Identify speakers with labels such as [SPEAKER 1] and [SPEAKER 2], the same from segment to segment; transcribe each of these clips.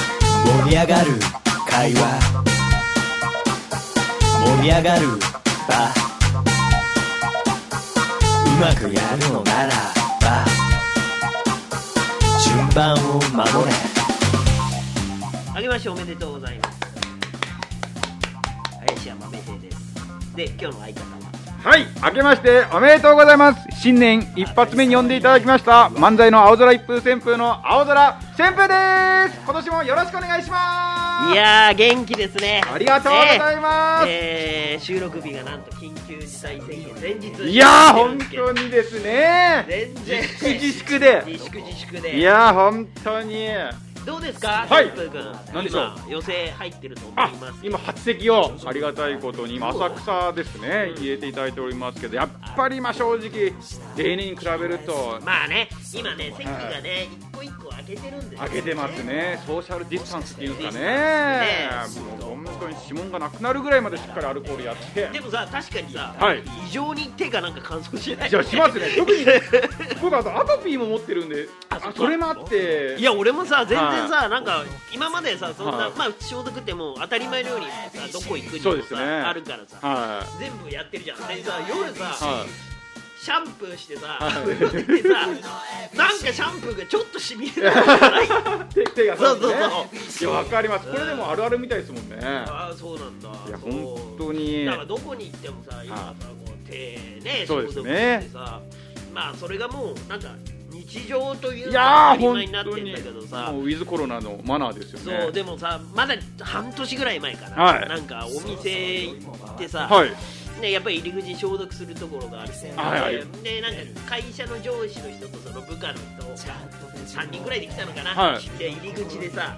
[SPEAKER 1] 盛り上がる会話盛り上がる場うまくやるのならば順番を守れ
[SPEAKER 2] あげましておめでとうございます林家豆平ですで今日の相方は
[SPEAKER 3] はい、明けましておめでとうございます。新年一発目に呼んでいただきました、漫才の青空一風旋風の青空旋風です。今年もよろしくお願いします。
[SPEAKER 2] いやー元気ですね
[SPEAKER 3] ありがとうございます。
[SPEAKER 2] えーえー収録日がなんと緊急事態宣言前日
[SPEAKER 3] いやー、
[SPEAKER 2] に
[SPEAKER 3] 本
[SPEAKER 2] なってるん
[SPEAKER 3] 当
[SPEAKER 2] です
[SPEAKER 3] にですね。
[SPEAKER 2] けど全然
[SPEAKER 3] 自粛自粛で
[SPEAKER 2] 自粛自粛で
[SPEAKER 3] いやー、本当に。
[SPEAKER 2] どうですか
[SPEAKER 3] はい
[SPEAKER 2] 旋風君
[SPEAKER 3] 何でしょう
[SPEAKER 2] 今予選入ってると思
[SPEAKER 3] あ
[SPEAKER 2] います
[SPEAKER 3] 今、初席をありがたいことに今、浅草ですね、入れていただいておりますけど、やっぱりまあ正直、例年に比べると、
[SPEAKER 2] まあね今ね席がね一個一個開けてるんですよ
[SPEAKER 3] 上げてますね、ソーシャルディスタンスっていうんですか
[SPEAKER 2] デ
[SPEAKER 3] ね
[SPEAKER 2] ィスタンスね、
[SPEAKER 3] もう本当に指紋がなくなるぐらいまでしっかりアルコールやって、
[SPEAKER 2] でもさ確かにさ、
[SPEAKER 3] はい
[SPEAKER 2] 異常に手がなんか乾燥しない
[SPEAKER 3] じゃあしますね、特にね僕、あとアトピーも持ってるんで、
[SPEAKER 2] あそっか
[SPEAKER 3] あそれもあって、
[SPEAKER 2] いや俺もさ全然
[SPEAKER 3] は
[SPEAKER 2] さなんか今までさそんな、
[SPEAKER 3] はい
[SPEAKER 2] まあ消毒ってもう当たり前のようにさどこ行くにもさ
[SPEAKER 3] そうですね
[SPEAKER 2] あるからさ
[SPEAKER 3] は
[SPEAKER 2] 全部やってるじゃんでさ夜さ、
[SPEAKER 3] い、はい、
[SPEAKER 2] シャンプーしてさ、
[SPEAKER 3] はい
[SPEAKER 2] 風呂入 ってさなんかシャンプーがちょっとしみるのじゃない
[SPEAKER 3] 手手が
[SPEAKER 2] そうそうそう
[SPEAKER 3] いや、わかります、これでもあるあるみたいですもんね。
[SPEAKER 2] ああそうなんだ
[SPEAKER 3] いや
[SPEAKER 2] そう
[SPEAKER 3] 本当に
[SPEAKER 2] だからどこに行ってもさ今さこう手ね
[SPEAKER 3] そうです
[SPEAKER 2] 消
[SPEAKER 3] ね
[SPEAKER 2] 毒してさまあそれがもうなんか日常という
[SPEAKER 3] い
[SPEAKER 2] か
[SPEAKER 3] や
[SPEAKER 2] 当
[SPEAKER 3] ー、
[SPEAKER 2] たり前
[SPEAKER 3] 本
[SPEAKER 2] になって
[SPEAKER 3] 当
[SPEAKER 2] ん
[SPEAKER 3] に、
[SPEAKER 2] だけどさ
[SPEAKER 3] もうウィズコロナのマナーですよ
[SPEAKER 2] そう
[SPEAKER 3] ね。
[SPEAKER 2] でもさまだ半年ぐらい前かな、
[SPEAKER 3] はい
[SPEAKER 2] なんかお店行ってさ、
[SPEAKER 3] はい、
[SPEAKER 2] ね、やっぱり入り口に消毒するところがあるし、
[SPEAKER 3] はいはい
[SPEAKER 2] でなんか会社の上司の人とその部下の人が3人ぐらいで来たのかな、
[SPEAKER 3] はい
[SPEAKER 2] で入り口でさ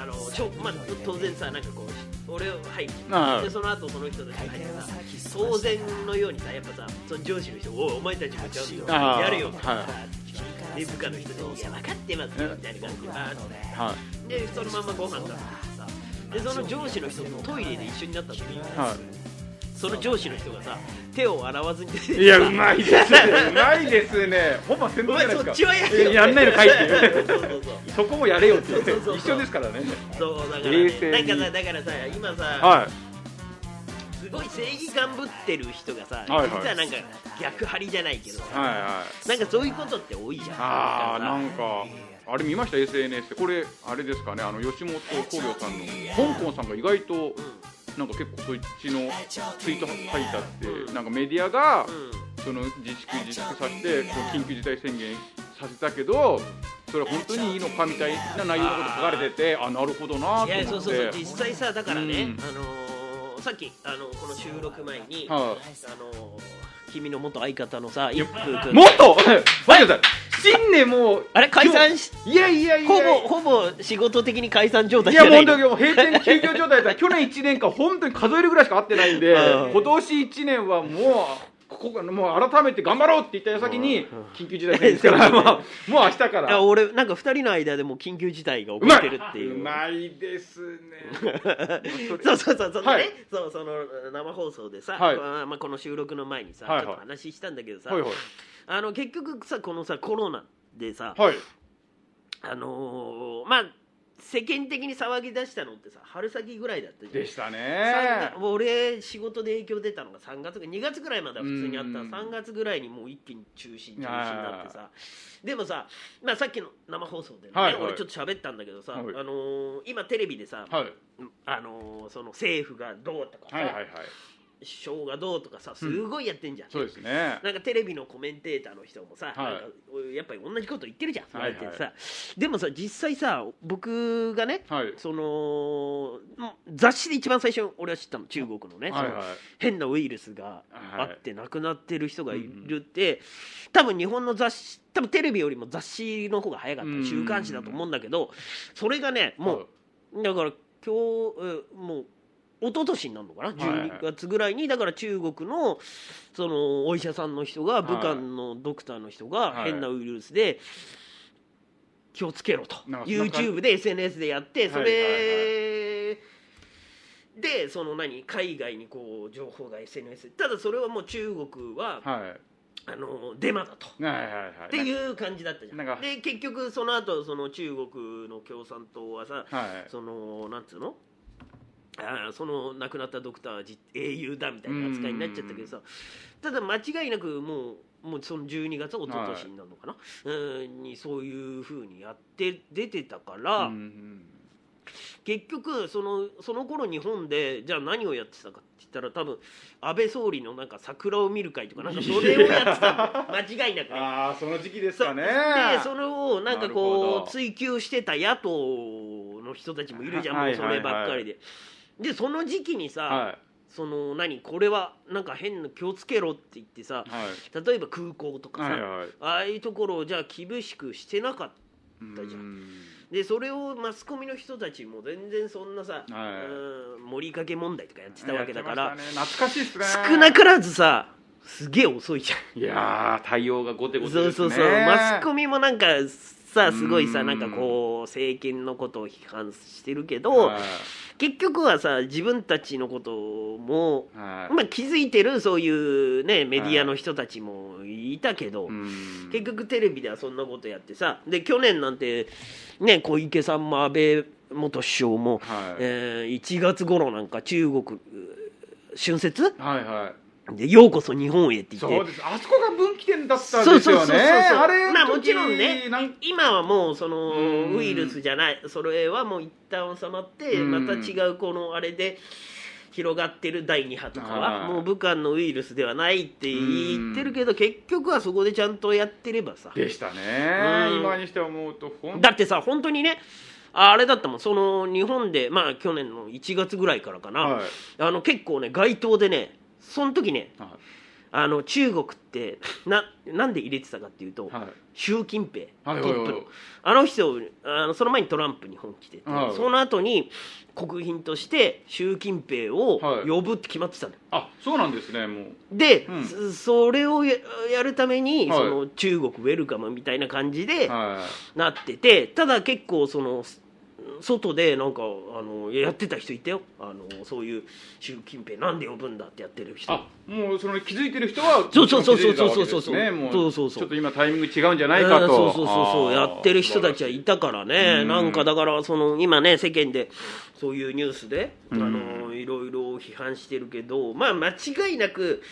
[SPEAKER 2] あのちょ、まあ、当然さなんかこう俺を入って
[SPEAKER 3] はい
[SPEAKER 2] でその後その人たちが入ってさ当然のようにさやっぱさその上司の人おいお前たちもちゃんと
[SPEAKER 3] あー
[SPEAKER 2] やるよ、
[SPEAKER 3] は
[SPEAKER 2] で部下の人に「いや分かってますよ」みたいな感じであーって
[SPEAKER 3] は
[SPEAKER 2] でそのままご飯食べてさでその上司の人とトイレで一緒になった時に、
[SPEAKER 3] い、は
[SPEAKER 2] その上司の人がさ手を洗わずに出てきた
[SPEAKER 3] い。いや、うまいですね、うまいですね、ほんま先
[SPEAKER 2] お
[SPEAKER 3] 導じゃ
[SPEAKER 2] 前
[SPEAKER 3] ないです
[SPEAKER 2] そ
[SPEAKER 3] か。
[SPEAKER 2] っちはやれよ
[SPEAKER 3] やんないのかいっていう。
[SPEAKER 2] そうそうそう
[SPEAKER 3] そこもやれよって
[SPEAKER 2] そうそうそう
[SPEAKER 3] 一緒ですからね。
[SPEAKER 2] そうだから、
[SPEAKER 3] 冷
[SPEAKER 2] ね、
[SPEAKER 3] 静
[SPEAKER 2] なん
[SPEAKER 3] に
[SPEAKER 2] かさだからさ今さ、
[SPEAKER 3] は
[SPEAKER 2] すごい正義感ぶってる人がさ、
[SPEAKER 3] はい
[SPEAKER 2] 実はなんか逆張りじゃないけど
[SPEAKER 3] い
[SPEAKER 2] さ、
[SPEAKER 3] はいはい。
[SPEAKER 2] なんかそういうことって多いじゃん
[SPEAKER 3] ああなん
[SPEAKER 2] か
[SPEAKER 3] かあれ見ました SNS でこれあれですかねあの吉本興業さんの香港さんが意外となんか結構そっちのツイート書いたってなんかメディアが
[SPEAKER 2] さうん
[SPEAKER 3] その自粛自粛させてこう緊急事態宣言させたけどそれ本当にいいのかみたいな内容のこと書かれててあなるほどなと思っ
[SPEAKER 2] いや
[SPEAKER 3] て
[SPEAKER 2] そうそうそう実際さだからね、
[SPEAKER 3] うん
[SPEAKER 2] あのーさっきあのこの収録前に、
[SPEAKER 3] は
[SPEAKER 2] あのー君の元相方のさ一風君
[SPEAKER 3] もっと待ってください新年もう
[SPEAKER 2] あれ解散し
[SPEAKER 3] いやいやいや
[SPEAKER 2] ほぼほぼ仕事的に解散状態
[SPEAKER 3] い
[SPEAKER 2] じゃ
[SPEAKER 3] やもう
[SPEAKER 2] ない
[SPEAKER 3] 本
[SPEAKER 2] の
[SPEAKER 3] 当にもう閉店休業状態だったら去年1年間本当に数えるぐらいしか会ってないんで
[SPEAKER 2] うん
[SPEAKER 3] 今年1年はもうここがもう改めて頑張ろうって言った矢先に緊急事態宣言ですから、まあもう明日か
[SPEAKER 2] いや
[SPEAKER 3] ら
[SPEAKER 2] 俺なんか2人の間でもう緊急事態が起
[SPEAKER 3] う
[SPEAKER 2] こ
[SPEAKER 3] ま
[SPEAKER 2] っ
[SPEAKER 3] い
[SPEAKER 2] てるっていう
[SPEAKER 3] うまいですね
[SPEAKER 2] そうそうそうそのね、
[SPEAKER 3] はい
[SPEAKER 2] そうその生放送でさ、
[SPEAKER 3] はい
[SPEAKER 2] こまあ、この収録の前にさ、
[SPEAKER 3] はいはい
[SPEAKER 2] ちょっと話したんだけどさ、
[SPEAKER 3] はいはい
[SPEAKER 2] あの結局さこのさコロナでさ、
[SPEAKER 3] はい
[SPEAKER 2] あのーまあ世間的に騒ぎ出したのってさ春先ぐらいだったじゃん
[SPEAKER 3] でした
[SPEAKER 2] 三
[SPEAKER 3] ね
[SPEAKER 2] 月俺仕事で影響出たのが3月か2月ぐらいまでは普通にあった
[SPEAKER 3] うん
[SPEAKER 2] 3月ぐらいにもう一気に中止中止になってさでもさ、まあ、さっきの生放送でね、
[SPEAKER 3] はいはい
[SPEAKER 2] 俺ちょっと喋ったんだけどさ、
[SPEAKER 3] はい
[SPEAKER 2] あのー今テレビでさ、
[SPEAKER 3] はい
[SPEAKER 2] あのーその政府がどうとかさ、
[SPEAKER 3] はいはいはい
[SPEAKER 2] 首相がどうとかさすごいやってんじゃん、
[SPEAKER 3] そうですね
[SPEAKER 2] なんかテレビのコメンテーターの人もさ、
[SPEAKER 3] い
[SPEAKER 2] なんかやっぱり同じこと言ってるじゃん、そうやって
[SPEAKER 3] はい
[SPEAKER 2] さ
[SPEAKER 3] は
[SPEAKER 2] でもさ実際さ僕がね、
[SPEAKER 3] はい
[SPEAKER 2] その雑誌で一番最初に俺は知ったの中国のね、
[SPEAKER 3] はい
[SPEAKER 2] その
[SPEAKER 3] はい
[SPEAKER 2] 変なウイルスが
[SPEAKER 3] は
[SPEAKER 2] あ
[SPEAKER 3] い
[SPEAKER 2] って亡くなってる人がいるって、多分日本の雑誌多分テレビよりも雑誌の方が早かっ
[SPEAKER 3] うん
[SPEAKER 2] た週刊誌だと思うんだけどそれがねもう、だから今日えもう一昨年になるのかな
[SPEAKER 3] はい
[SPEAKER 2] 12月ぐらいにだから中国のそのお医者さんの人が武漢のドクターの人が
[SPEAKER 3] はい
[SPEAKER 2] 変なウイルスで気をつけろと
[SPEAKER 3] なんか
[SPEAKER 2] YouTube で SNS でやってそ
[SPEAKER 3] はいはい
[SPEAKER 2] れでその何海外にこう情報が SNS ただそれはもう中国は
[SPEAKER 3] はい
[SPEAKER 2] あのデマだと。
[SPEAKER 3] はいはいはい
[SPEAKER 2] って
[SPEAKER 3] う
[SPEAKER 2] いう感じだったじゃ
[SPEAKER 3] なんか
[SPEAKER 2] んで結局その後その中国の共産党はさ、
[SPEAKER 3] はい
[SPEAKER 2] そのなんつうのあーその亡くなったドクターはじ英雄だみたいな扱いになっちゃったけどさただ間違いなくもうもうその12月一昨年になるのかな、うんにそういうふうにやって出てたから、
[SPEAKER 3] うんうん
[SPEAKER 2] 結局そのその頃日本でじゃあ何をやってたかって言ったら多分安倍総理のなんか桜を見る会とかなんかそれをやってたんだよ 間違いなくね。
[SPEAKER 3] ああその時期ですかね
[SPEAKER 2] でそれをなんか
[SPEAKER 3] なる
[SPEAKER 2] こ
[SPEAKER 3] ほど
[SPEAKER 2] う追求してた野党の人たちもいるじゃん
[SPEAKER 3] は
[SPEAKER 2] も
[SPEAKER 3] いう
[SPEAKER 2] そればっかりで。でその時期にさ、
[SPEAKER 3] は
[SPEAKER 2] その何これはなんか変な気をつけろって言ってさ
[SPEAKER 3] いはい
[SPEAKER 2] 例えば空港とかさ、
[SPEAKER 3] はいはい
[SPEAKER 2] ああいうところをじゃあ厳しくしてなかった。大丈夫でそれをマスコミの人たちも全然そんなさ、
[SPEAKER 3] はい
[SPEAKER 2] うん盛りかけ問題とかやってたわけだから、
[SPEAKER 3] やってましたね懐かしいっすね
[SPEAKER 2] 少なからずさすげえ遅いじゃん。
[SPEAKER 3] いやー対応が後手後手ですね
[SPEAKER 2] そうそうそうマスコ
[SPEAKER 3] ミ
[SPEAKER 2] ミもなんかさすごいさ
[SPEAKER 3] うん
[SPEAKER 2] なんかこう政権のことを批判してるけど結局はさ自分たちのことも、
[SPEAKER 3] はい
[SPEAKER 2] まあ、気づいてるそういうねメディアの人たちもいたけど、
[SPEAKER 3] うん
[SPEAKER 2] 結局テレビではそんなことやってさで去年なんて、ね、小池さんも安倍元首相も、
[SPEAKER 3] はい
[SPEAKER 2] えー1月頃なんか中国春節
[SPEAKER 3] はいはい
[SPEAKER 2] でようこそ日本へって言って
[SPEAKER 3] そうですあそこが分岐点だったんですよねあれ
[SPEAKER 2] まあもちろんね
[SPEAKER 3] なん
[SPEAKER 2] 今はもうその
[SPEAKER 3] うん
[SPEAKER 2] ウイルスじゃないそれはもう一旦収まって
[SPEAKER 3] うん
[SPEAKER 2] また違うこのあれで広がってる第2波とか
[SPEAKER 3] は
[SPEAKER 2] はいもう武漢のウイルスではないって言ってるけど結局はそこでちゃんとやってればさ
[SPEAKER 3] でしたね
[SPEAKER 2] うん
[SPEAKER 3] 今にして思うと本
[SPEAKER 2] だってさ本当にねあれだったもんその日本でまあ去年の1月ぐらいからかな、
[SPEAKER 3] はい
[SPEAKER 2] あの結構ね街頭でねその時ね
[SPEAKER 3] は
[SPEAKER 2] あの中国ってななんで入れてたかっていうと、
[SPEAKER 3] いはい
[SPEAKER 2] 習近平ト
[SPEAKER 3] はい
[SPEAKER 2] ッ
[SPEAKER 3] はいはい
[SPEAKER 2] プのあの人あのその前にトランプ日本来てて、
[SPEAKER 3] はい
[SPEAKER 2] その後に国賓として習近平を
[SPEAKER 3] はい
[SPEAKER 2] 呼ぶって決まってたのよ、
[SPEAKER 3] あそうなんですねもう
[SPEAKER 2] で、
[SPEAKER 3] うん
[SPEAKER 2] そそれをややるために、
[SPEAKER 3] はい
[SPEAKER 2] その中国ウェルカムみたいな感じで
[SPEAKER 3] は
[SPEAKER 2] なってて、ただ結構そのす外でなんかあのやってた人いたよあのそういう習近平なんで呼ぶんだってやってる
[SPEAKER 3] い
[SPEAKER 2] 人
[SPEAKER 3] あもうその気づいてる人は
[SPEAKER 2] そうそうそうそう
[SPEAKER 3] 気づいてたわけです
[SPEAKER 2] そうそうそう
[SPEAKER 3] ねもう
[SPEAKER 2] そうそうそう
[SPEAKER 3] ちょっと今タイミング違うんじゃないかと
[SPEAKER 2] うんそうそうそうそうや
[SPEAKER 3] あー
[SPEAKER 2] ってる人たちはいたからね
[SPEAKER 3] うん
[SPEAKER 2] なんかだからその今ね世間でそういうニュースで、
[SPEAKER 3] うん
[SPEAKER 2] あのいろいろ批判してるけどまあ間違いなく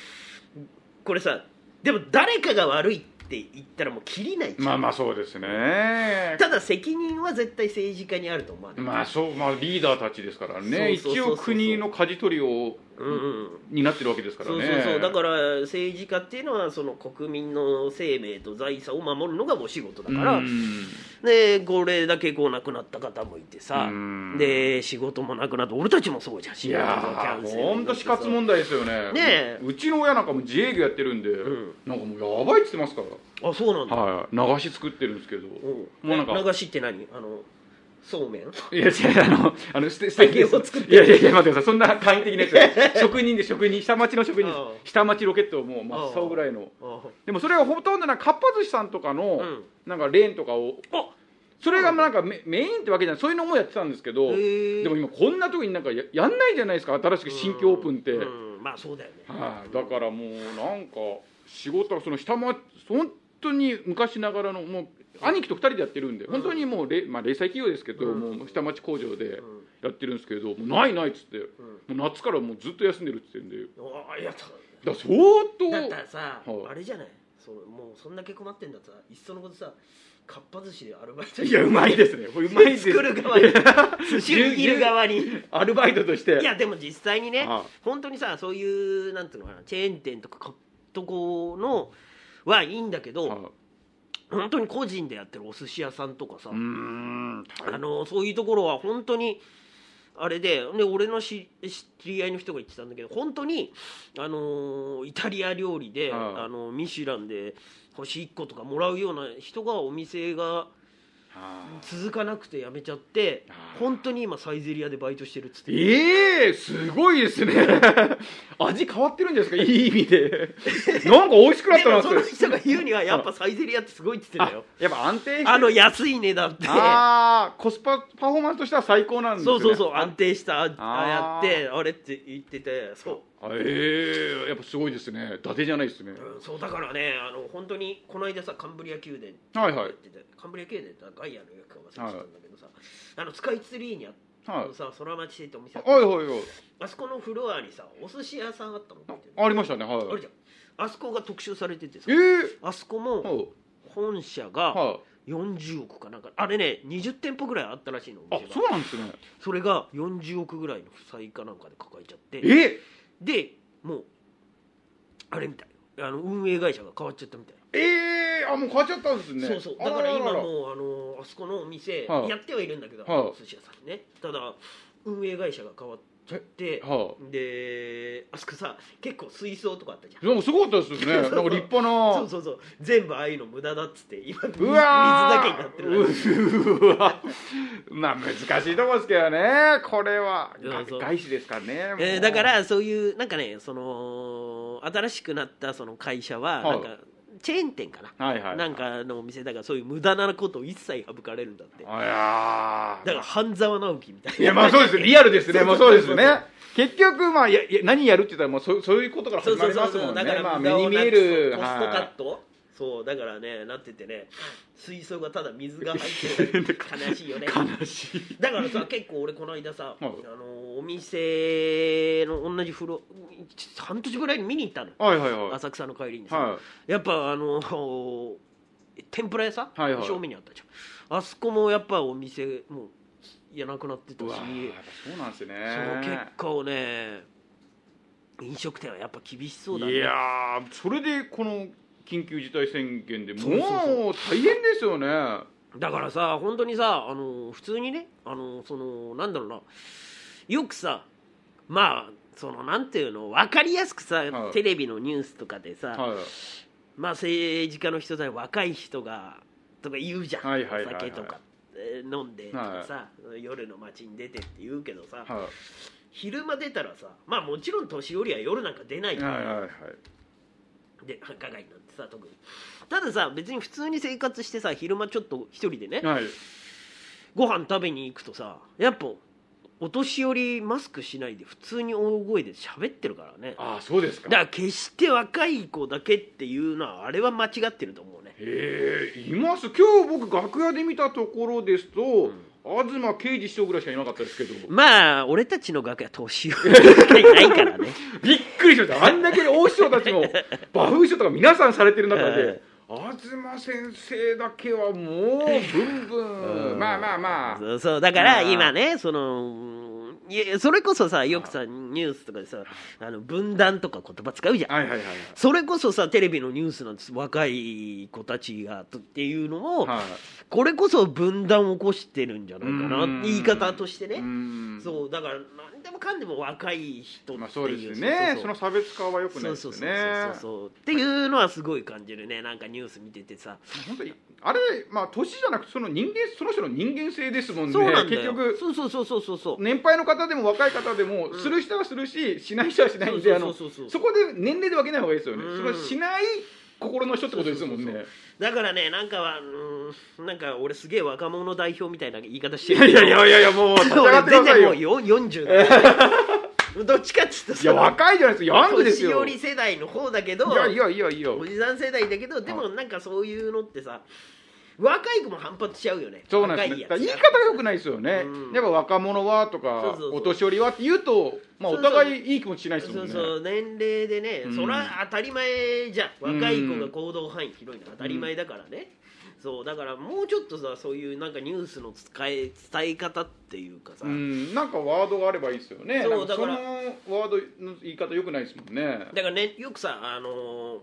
[SPEAKER 2] これさでも誰かが悪いって言ったらもう切りないじゃん
[SPEAKER 3] まあまあそうですね
[SPEAKER 2] ただ責任は絶対政治家にあると思わない、
[SPEAKER 3] まあそうまあリーダーたちですからね
[SPEAKER 2] そうそうそ
[SPEAKER 3] 一
[SPEAKER 2] うそう
[SPEAKER 3] 応国の舵取りを
[SPEAKER 2] うんうん
[SPEAKER 3] 担ってるわけですから
[SPEAKER 2] そう
[SPEAKER 3] ね
[SPEAKER 2] そうそうだから政治家っていうのはその国民の生命と財産を守るのがお仕事だから、
[SPEAKER 3] うん
[SPEAKER 2] でこれだけこう亡くなった方もいてさ
[SPEAKER 3] うん
[SPEAKER 2] で仕事もなくなって俺たちもそうじゃん仕
[SPEAKER 3] い
[SPEAKER 2] 事
[SPEAKER 3] や
[SPEAKER 2] もキャンセル
[SPEAKER 3] ー
[SPEAKER 2] になってさ
[SPEAKER 3] ほんと死活問題ですよ
[SPEAKER 2] ね
[SPEAKER 3] ね
[SPEAKER 2] え
[SPEAKER 3] ううちの親なんかも自営業やってるんで、
[SPEAKER 2] ん
[SPEAKER 3] なんかもうやばいって言ってますから、
[SPEAKER 2] あそうなんだ、
[SPEAKER 3] はい、流し作ってるんですけど、
[SPEAKER 2] うん
[SPEAKER 3] もうなんか
[SPEAKER 2] 流しって何あのそうめん
[SPEAKER 3] いや違うあのあの素敵素敵です
[SPEAKER 2] 揚げを作って
[SPEAKER 3] いやいやいや待ってくださいそんな簡易的なやつ です職人で職人下町の職人です
[SPEAKER 2] ああ
[SPEAKER 3] 下町ロケットをもう真っ青ぐらいの
[SPEAKER 2] あ
[SPEAKER 3] でもそれはほとんどなんかかっぱ寿司さんとかの、
[SPEAKER 2] うん
[SPEAKER 3] なんかレーンとかを
[SPEAKER 2] あ
[SPEAKER 3] それがなんかメメインってわけじゃないそういうのもやってたんですけど
[SPEAKER 2] へー
[SPEAKER 3] でも今こんな時になんかややんないじゃないですか新しく新規オープンって、
[SPEAKER 2] うんまあそうだよね
[SPEAKER 3] はい、だからもうなんか仕事はその下町本当に昔ながらのもう兄貴と二人でやってるんで本当にもうれ、まあ、零細企業ですけど、もう下町工場でやってるんですけどもうないないっつって、もう夏からもうずっと休んでるっつってんでだか
[SPEAKER 2] ああやった
[SPEAKER 3] ら相
[SPEAKER 2] だったら
[SPEAKER 3] 当
[SPEAKER 2] さ、
[SPEAKER 3] はい
[SPEAKER 2] あれじゃないそうもうそんだけ困ってんだったらいっそのことさかっぱ寿司でアルバイト
[SPEAKER 3] いやうまいですねこれうまいです
[SPEAKER 2] 作る側に寿司を握る側に
[SPEAKER 3] アルバイトとして
[SPEAKER 2] いやでも実際にね、
[SPEAKER 3] はい
[SPEAKER 2] 本当にさそういうなんていうのかなチェーン店とかとこのはいいんだけど、
[SPEAKER 3] はい
[SPEAKER 2] 本当に個人でやってるお寿司屋さんとかさ、
[SPEAKER 3] うーん大
[SPEAKER 2] あのそういうところは本当にあれでで俺の知知り合いの人が言ってたんだけど本当に、あのーイタリア料理で、
[SPEAKER 3] はい
[SPEAKER 2] あのミシュランで星1個とかもらうような人がお店が
[SPEAKER 3] あー
[SPEAKER 2] 続かなくて辞めちゃって
[SPEAKER 3] あー
[SPEAKER 2] 本当に今サイゼリアでバイトしてるっつって
[SPEAKER 3] ええすごいですね 味変わってるんじゃないですかいい意 味でなんか美味しくなっ
[SPEAKER 2] で
[SPEAKER 3] たな
[SPEAKER 2] も
[SPEAKER 3] って
[SPEAKER 2] その人が言うにはやっぱサイゼリアってすごいっつってたよ
[SPEAKER 3] やっぱ安定して
[SPEAKER 2] あの安い値段って
[SPEAKER 3] あーコスパパフォーマンスとしては最高なんです
[SPEAKER 2] そ
[SPEAKER 3] ね
[SPEAKER 2] うそうそう安定したああ
[SPEAKER 3] あー
[SPEAKER 2] やってあれって言っててそう
[SPEAKER 3] あええやっぱすごいですね伊達じゃないですね、
[SPEAKER 2] うんそうだからねあの本当にこの間さカンブリア宮殿って
[SPEAKER 3] はいはい
[SPEAKER 2] 言っててカンブリア宮殿ってガイアの役か忘れちゃったんだけどさ、あのスカイツリーにあっあ
[SPEAKER 3] はい
[SPEAKER 2] のさ空町ってお店あった
[SPEAKER 3] はいはいはい
[SPEAKER 2] あそこのフロアにさお寿司屋さんあったの覚えてる
[SPEAKER 3] ありましたねはい
[SPEAKER 2] あるじゃんあそこが特集されててさ
[SPEAKER 3] ええ
[SPEAKER 2] あそこも
[SPEAKER 3] はい
[SPEAKER 2] 本社が
[SPEAKER 3] はい
[SPEAKER 2] 40億かなんかあれね20店舗ぐらいあったらしいのお
[SPEAKER 3] あ
[SPEAKER 2] 店が
[SPEAKER 3] そうなんですね
[SPEAKER 2] それが40億ぐらいの負債かなんかで抱えちゃって
[SPEAKER 3] え
[SPEAKER 2] でもうあれみたいあの運営会社が変わっちゃったみたい
[SPEAKER 3] えー、あもう変わっちゃったんですね
[SPEAKER 2] そうそうだから今
[SPEAKER 3] あららら
[SPEAKER 2] もうあのあそこのお店
[SPEAKER 3] はい
[SPEAKER 2] やってはいるんだけど、
[SPEAKER 3] はい
[SPEAKER 2] お寿司屋さんねただ運営会社が変わっちゃって、
[SPEAKER 3] は
[SPEAKER 2] であそこさ結構水槽とかあったじゃん
[SPEAKER 3] いでもすごかったですよ ねなんか立派な
[SPEAKER 2] そうそうそう全部ああいうの無駄だっつって今水
[SPEAKER 3] う
[SPEAKER 2] だ
[SPEAKER 3] わ
[SPEAKER 2] けになってるらしいう
[SPEAKER 3] うわ まあ難しいと思うんですけどねこれはが
[SPEAKER 2] そうそう
[SPEAKER 3] 外資ですからねもう
[SPEAKER 2] えーだからそういうなんかねその新しくなったその会社は
[SPEAKER 3] は
[SPEAKER 2] なん
[SPEAKER 3] い
[SPEAKER 2] か、チェーン店かな、
[SPEAKER 3] はいはい
[SPEAKER 2] なんかのお店だからそういう無駄なことを一切省かれるんだってだか
[SPEAKER 3] あやー
[SPEAKER 2] ら半沢直樹みたいない
[SPEAKER 3] やまあそう ですリアルですね
[SPEAKER 2] そう
[SPEAKER 3] ま
[SPEAKER 2] そう
[SPEAKER 3] あ
[SPEAKER 2] そう
[SPEAKER 3] そうですね結局まあやや何やるって言ったらもうそうそういうことから
[SPEAKER 2] そうそう
[SPEAKER 3] 始まり
[SPEAKER 2] そ
[SPEAKER 3] ま
[SPEAKER 2] う
[SPEAKER 3] す
[SPEAKER 2] そ
[SPEAKER 3] も
[SPEAKER 2] うんだ
[SPEAKER 3] ね
[SPEAKER 2] から
[SPEAKER 3] まあ
[SPEAKER 2] 無
[SPEAKER 3] 目
[SPEAKER 2] 駄
[SPEAKER 3] に
[SPEAKER 2] を
[SPEAKER 3] 見
[SPEAKER 2] なく
[SPEAKER 3] える
[SPEAKER 2] そうコストカ
[SPEAKER 3] は
[SPEAKER 2] ットそうだからねなっててね水槽がただ水が入ってる悲しいよね
[SPEAKER 3] い悲しい
[SPEAKER 2] だからさ結構俺この間さ、
[SPEAKER 3] い
[SPEAKER 2] あのお店の同じ風呂半年ぐらいに見に行ったの
[SPEAKER 3] はいはいはい
[SPEAKER 2] 浅草の帰りにさ、
[SPEAKER 3] は
[SPEAKER 2] やっぱあの天ぷら屋さん、
[SPEAKER 3] はいはい
[SPEAKER 2] 正面にあったじゃんあそこもやっぱお店もういやなくなってたし
[SPEAKER 3] いうわーやっぱそうなんですね
[SPEAKER 2] その結果をね飲食店はやっぱ厳しそうだね
[SPEAKER 3] いやーそれでこの緊急事態宣言でも
[SPEAKER 2] そうそうそう
[SPEAKER 3] う大変ですよね
[SPEAKER 2] だからさ本当にさあの普通にねあのそのなんだろうなよくさまあそのなんていうの分かりやすくさ、
[SPEAKER 3] はい
[SPEAKER 2] テレビのニュースとかでさ、
[SPEAKER 3] はい
[SPEAKER 2] まあ政治家の人だよ若い人がとか言うじゃん、
[SPEAKER 3] はいはいはいはい
[SPEAKER 2] お酒とか、えー飲んでとかさ、夜の街に出てって言うけどさ、
[SPEAKER 3] は
[SPEAKER 2] 昼間出たらさまあもちろん年寄りは夜なんか出ない
[SPEAKER 3] い
[SPEAKER 2] か
[SPEAKER 3] はい
[SPEAKER 2] ら、
[SPEAKER 3] はいはい
[SPEAKER 2] で繁華街になってさ特にたださ別に普通に生活してさ昼間ちょっと一人でね、
[SPEAKER 3] はい
[SPEAKER 2] ご飯食べに行くとさやっぱお年寄りマスクしないで普通に大声で喋ってるからね
[SPEAKER 3] ああそうです
[SPEAKER 2] だ
[SPEAKER 3] か
[SPEAKER 2] か
[SPEAKER 3] へ
[SPEAKER 2] ら決して若い子だけっていうのはあれは間違ってると思うね
[SPEAKER 3] えいます今日僕楽屋で見たところですと、東刑事師匠ぐらいしかいなかったですけど
[SPEAKER 2] まあ俺たちの楽屋年寄りしかいないから ね
[SPEAKER 3] びっくりしましたあんだけ大師匠た ちもバフ師匠とか皆さんされてる中
[SPEAKER 2] え
[SPEAKER 3] で東先生だけはもうブンブンまあまあまあ
[SPEAKER 2] そうそうだから
[SPEAKER 3] あー
[SPEAKER 2] 今ねそのうんいやそれこそさよくさニュースとかでさあの分断とか言葉使うじゃん
[SPEAKER 3] はいはいはいはい
[SPEAKER 2] それこそさテレビのニュースなんです若い子たちがとっていうのを、
[SPEAKER 3] はい
[SPEAKER 2] これこそ分断を起こしてるんじゃないか
[SPEAKER 3] う
[SPEAKER 2] なん言い方としてね
[SPEAKER 3] うん
[SPEAKER 2] そうだから何でもかんでも若い人っていう
[SPEAKER 3] まあそうですねそ
[SPEAKER 2] そうそう
[SPEAKER 3] の差別化はよくない
[SPEAKER 2] そ
[SPEAKER 3] で
[SPEAKER 2] う
[SPEAKER 3] す
[SPEAKER 2] そう
[SPEAKER 3] よ
[SPEAKER 2] そう
[SPEAKER 3] ね
[SPEAKER 2] そうそうっていうのはすごい感じるねなんかニュース見ててさ
[SPEAKER 3] 本当にあれまあ年じゃなくてその人間その人の人間性ですもんね
[SPEAKER 2] そうなんだ
[SPEAKER 3] 結
[SPEAKER 2] よ
[SPEAKER 3] 局
[SPEAKER 2] そうそうそうそうそうそう
[SPEAKER 3] 年配の方でも若い方でもする人はするししない人はしないんであ
[SPEAKER 2] そう
[SPEAKER 3] の
[SPEAKER 2] そうそうそう
[SPEAKER 3] そこで年齢で分けない方がいいですよね
[SPEAKER 2] うん
[SPEAKER 3] そのしない心の人ってことですもん
[SPEAKER 2] そうそう
[SPEAKER 3] ね
[SPEAKER 2] だからねなんかはうーんなんか俺すげえ若者代表みたいな言い方して
[SPEAKER 3] いや
[SPEAKER 2] る
[SPEAKER 3] いやいやいやいやもう立ち上が
[SPEAKER 2] 俺
[SPEAKER 3] ってくだ
[SPEAKER 2] 全
[SPEAKER 3] さい
[SPEAKER 2] 然も
[SPEAKER 3] よ
[SPEAKER 2] う
[SPEAKER 3] い
[SPEAKER 2] よ40だから どっちかっつうとさ
[SPEAKER 3] や若いじゃないですかヤングです
[SPEAKER 2] 年寄
[SPEAKER 3] よ
[SPEAKER 2] り
[SPEAKER 3] い
[SPEAKER 2] 世代の方だけど
[SPEAKER 3] やいやいやいや
[SPEAKER 2] おじさん世代だけどでもなんかそういうのってさ若い子も反発しちゃうよね
[SPEAKER 3] そうなんですね
[SPEAKER 2] 若い
[SPEAKER 3] だ
[SPEAKER 2] や
[SPEAKER 3] か
[SPEAKER 2] つ
[SPEAKER 3] ら言い方が良くないですよね
[SPEAKER 2] うん
[SPEAKER 3] やっぱ若者はとか
[SPEAKER 2] そうそうそう
[SPEAKER 3] お年寄りはって言うとまあ
[SPEAKER 2] そう
[SPEAKER 3] お
[SPEAKER 2] そう
[SPEAKER 3] 互いいい気持ちしないです
[SPEAKER 2] そ
[SPEAKER 3] もん
[SPEAKER 2] う
[SPEAKER 3] ね
[SPEAKER 2] そう年齢でね、
[SPEAKER 3] うん
[SPEAKER 2] そりゃ当たり前じゃん若い子が
[SPEAKER 3] うん
[SPEAKER 2] 行動範囲広いのは当たり前だからね、そうだからもうちょっとさそういうなんかニュースの使い伝え方っていうかさ、
[SPEAKER 3] うん、なんかワードがあればいいですよね。
[SPEAKER 2] そう
[SPEAKER 3] なんか
[SPEAKER 2] だから
[SPEAKER 3] そのワードの言い方良くないですもんね。
[SPEAKER 2] だからねよくさあのー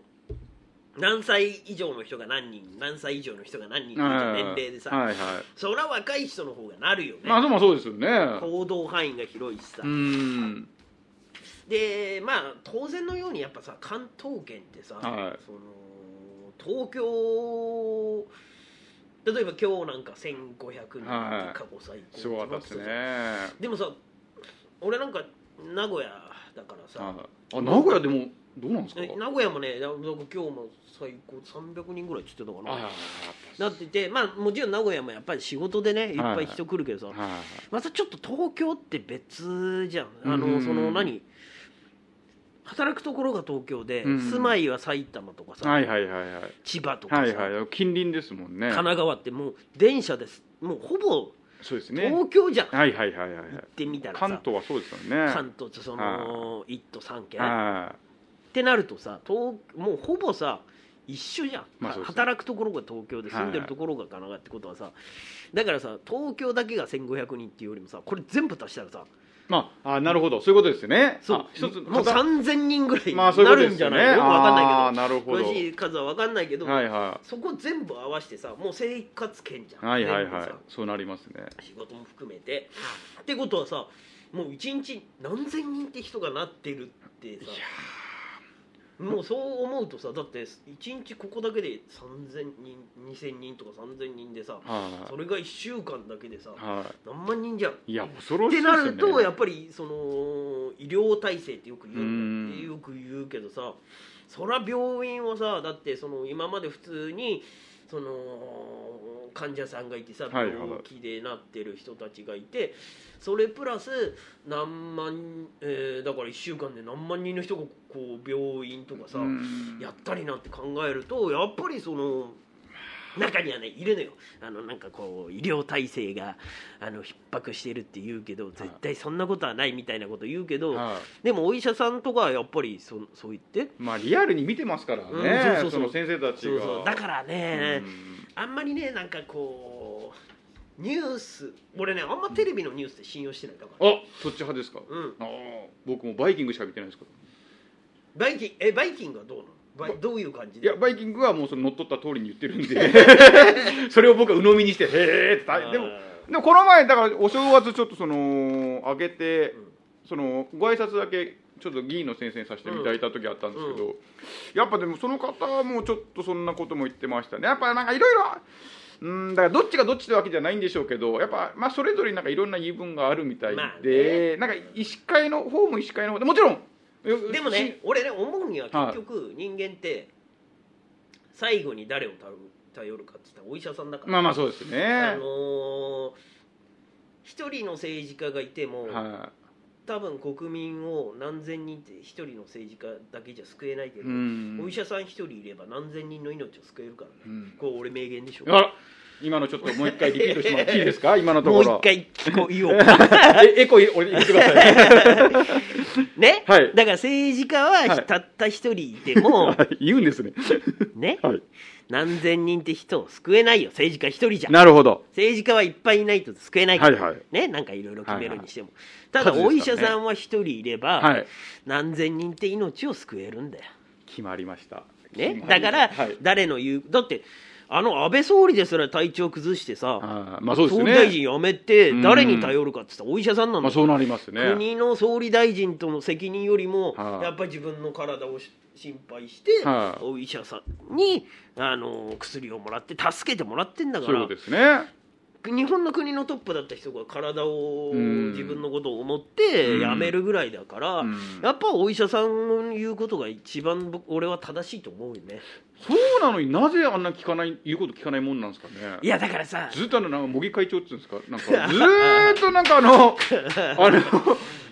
[SPEAKER 2] 何歳以上の人が何人何歳以上の人が何人っていう年齢でさ、
[SPEAKER 3] はいはい。
[SPEAKER 2] そりゃ若い人の方がなるよね、
[SPEAKER 3] まあでもそうですよね。
[SPEAKER 2] 行動範囲が広いしさ、
[SPEAKER 3] うん。
[SPEAKER 2] でまあ当然のようにやっぱさ関東圏ってさ、
[SPEAKER 3] はい
[SPEAKER 2] その東京例えば今日なんか1500人
[SPEAKER 3] はい
[SPEAKER 2] 過去最高
[SPEAKER 3] すごかったですね
[SPEAKER 2] でもさ俺なんか名古屋だからさ
[SPEAKER 3] はいあ名古屋でもどうなんですか
[SPEAKER 2] え名古屋もねだから今日も最高300人ぐらいっつってたか
[SPEAKER 3] あ
[SPEAKER 2] ななっててまあもちろん名古屋もやっぱり仕事でねいっぱい人来るけどさ、
[SPEAKER 3] あはい
[SPEAKER 2] またちょっと東京って別じゃんあ
[SPEAKER 3] う
[SPEAKER 2] の
[SPEAKER 3] ん
[SPEAKER 2] その何働くところが東京で、
[SPEAKER 3] うん
[SPEAKER 2] 住まいは埼玉とかさ、
[SPEAKER 3] はいはいはいはい
[SPEAKER 2] 千葉とかさ、
[SPEAKER 3] はいはい近隣ですもんね
[SPEAKER 2] 神奈川ってもう電車ですもうほぼ
[SPEAKER 3] そうですね
[SPEAKER 2] 東京じゃん、
[SPEAKER 3] はいはいはいはいはい
[SPEAKER 2] 行ってみたらさ
[SPEAKER 3] 関東はそうですよね
[SPEAKER 2] 関東ってその1都3県
[SPEAKER 3] は
[SPEAKER 2] ってなるとさ東もうほぼさ一緒じゃん、
[SPEAKER 3] まあそうですね
[SPEAKER 2] 働くところが東京で
[SPEAKER 3] はい
[SPEAKER 2] 住んでるところが神奈川ってことはさだからさ東京だけが1500人っていうよりもさこれ全部足したらさ
[SPEAKER 3] いまああなるほどそういうことですよね
[SPEAKER 2] そう
[SPEAKER 3] あ一つ
[SPEAKER 2] もう3000人ぐらいに
[SPEAKER 3] ま
[SPEAKER 2] な
[SPEAKER 3] あそういうこと
[SPEAKER 2] る
[SPEAKER 3] で
[SPEAKER 2] ん
[SPEAKER 3] す
[SPEAKER 2] じゃ
[SPEAKER 3] よね
[SPEAKER 2] ないよくわかん
[SPEAKER 3] あー
[SPEAKER 2] ない
[SPEAKER 3] なる
[SPEAKER 2] け
[SPEAKER 3] ほ
[SPEAKER 2] ど
[SPEAKER 3] ど
[SPEAKER 2] 詳しい数はわかんないけど、
[SPEAKER 3] はいは
[SPEAKER 2] そこ全部合わせてさもう生活圏じゃ
[SPEAKER 3] い
[SPEAKER 2] ん、
[SPEAKER 3] はいはいは
[SPEAKER 2] 全
[SPEAKER 3] い
[SPEAKER 2] 部さ
[SPEAKER 3] そうなりますね
[SPEAKER 2] 仕事も含めてってことはさもう一日何千人って人がなってるってさもうそう思うとさだって一日ここだけで3000人2000人とか3000人でさ
[SPEAKER 3] は
[SPEAKER 2] それが1週間だけでさ
[SPEAKER 3] いは
[SPEAKER 2] 何万人じゃんっ
[SPEAKER 3] いいや恐ろしい
[SPEAKER 2] て
[SPEAKER 3] です
[SPEAKER 2] な
[SPEAKER 3] よね
[SPEAKER 2] るとやっぱりその医療体制ってよく言うんだ
[SPEAKER 3] うん
[SPEAKER 2] よく言うけどさそら病院はさだってその今まで普通にその患者さんがいてさ
[SPEAKER 3] はいは
[SPEAKER 2] 病
[SPEAKER 3] い
[SPEAKER 2] 気でなってる人たちがいてそれプラス何万、えーだから1週間で何万人の人がこう病院とかさ、
[SPEAKER 3] うん
[SPEAKER 2] やったりなんて考えるとやっぱりその中にはねいるのよあのなんかこう医療体制があの逼迫してるって言うけど絶対そんなことはないみたいなこと言うけど、
[SPEAKER 3] はい
[SPEAKER 2] でもお医者さんとかはやっぱりそそう言って
[SPEAKER 3] まあリアルに見てますからね、
[SPEAKER 2] うんそうそうそう
[SPEAKER 3] その先生たち
[SPEAKER 2] そう
[SPEAKER 3] が
[SPEAKER 2] そうだからね、
[SPEAKER 3] うん
[SPEAKER 2] あんまりねなんかこうニュース俺ねあんまテレビのニュースって信用してないだから、
[SPEAKER 3] あそっち派ですか、
[SPEAKER 2] うん、
[SPEAKER 3] ああ僕もバイキングしか見てないですけど
[SPEAKER 2] バイキンえバイキングはどうなのバイどういう感じ
[SPEAKER 3] い
[SPEAKER 2] で
[SPEAKER 3] やバイキングはもうその乗っ取った通りに言ってるんで それを僕は鵜呑みにしてへえってでも
[SPEAKER 2] あ
[SPEAKER 3] でもこの前だからお正月ちょっとそのあげて、
[SPEAKER 2] うん
[SPEAKER 3] そのご挨拶だけちょっと議員の先生にさせていただいた時あったんですけど、
[SPEAKER 2] うん
[SPEAKER 3] やっぱでもその方はもうちょっとそんなことも言ってましたねやっぱなんかいろいろうんだからどっちがどっちってわけじゃないんでしょうけどやっぱまあそれぞれなんかいろんな言い分があるみたい
[SPEAKER 2] まあね
[SPEAKER 3] で、なんか医師会の方も医師会の方でもちろん
[SPEAKER 2] でもね俺ね思うには結局人間って最後に誰を頼る頼るかって言ったらお医者さんだから、
[SPEAKER 3] まあまあそうです
[SPEAKER 2] あ
[SPEAKER 3] ね、
[SPEAKER 2] のー一人の政治家がいても、
[SPEAKER 3] は
[SPEAKER 2] 多分国民を何千人って一人の政治家だけじゃ救えないけ
[SPEAKER 3] い
[SPEAKER 2] ど、
[SPEAKER 3] うん
[SPEAKER 2] お医者さん一人いれば何千人の命を救えるからね、
[SPEAKER 3] うん
[SPEAKER 2] これ俺名言でしょ
[SPEAKER 3] あら今のちょっともう一回リピートしてもらっていいで すか今のと
[SPEAKER 2] もう
[SPEAKER 3] ころ
[SPEAKER 2] 一回聞こう言おう
[SPEAKER 3] えエコー俺言ってください
[SPEAKER 2] ね、
[SPEAKER 3] はい
[SPEAKER 2] だから政治家は
[SPEAKER 3] はい
[SPEAKER 2] たった一人いて も、
[SPEAKER 3] 言うんですね
[SPEAKER 2] ね
[SPEAKER 3] はい
[SPEAKER 2] 何千人って人を救えないよ政治家一人じゃ
[SPEAKER 3] なるほど
[SPEAKER 2] 政治家はいっぱいいないと救えないから、
[SPEAKER 3] はいはい
[SPEAKER 2] ね、なんかいろいろ決めるにしても、
[SPEAKER 3] い
[SPEAKER 2] ただ
[SPEAKER 3] 数ですからね
[SPEAKER 2] お医者さんは一人いれば、
[SPEAKER 3] はい
[SPEAKER 2] 何千人って命を救えるんだよ、
[SPEAKER 3] 決まりました
[SPEAKER 2] ね
[SPEAKER 3] 決、ま
[SPEAKER 2] だ
[SPEAKER 3] りま
[SPEAKER 2] か
[SPEAKER 3] した
[SPEAKER 2] ら
[SPEAKER 3] はい
[SPEAKER 2] 誰の言う、だってあの安倍総理ですら体調崩してさ、
[SPEAKER 3] あーまあそうです
[SPEAKER 2] 総理
[SPEAKER 3] ね
[SPEAKER 2] 大臣辞めて
[SPEAKER 3] うん
[SPEAKER 2] 誰に頼るかって言ったらお医者さんなん
[SPEAKER 3] ま
[SPEAKER 2] だ
[SPEAKER 3] あ
[SPEAKER 2] よ、
[SPEAKER 3] そうなりますね
[SPEAKER 2] 国の総理大臣との責任よりも、
[SPEAKER 3] はい
[SPEAKER 2] やっぱり自分の体をし心配して、
[SPEAKER 3] はい
[SPEAKER 2] お医者さんにあの薬をもらって助けてもらってんだか
[SPEAKER 3] そういう
[SPEAKER 2] ら
[SPEAKER 3] ことですね
[SPEAKER 2] 日本の国のトップだった人が体を
[SPEAKER 3] うん
[SPEAKER 2] 自分のことを思ってやめるぐらいだから、
[SPEAKER 3] うん
[SPEAKER 2] やっぱお医者さんの言うことが一番僕俺は正しいと思うよね
[SPEAKER 3] そうなのになぜあんな聞かない言うこと聞かないもんなんですかね
[SPEAKER 2] いやだからさ
[SPEAKER 3] ずっとあのなんか茂木会長っていうんですかなんか ずーっとなんかあのあの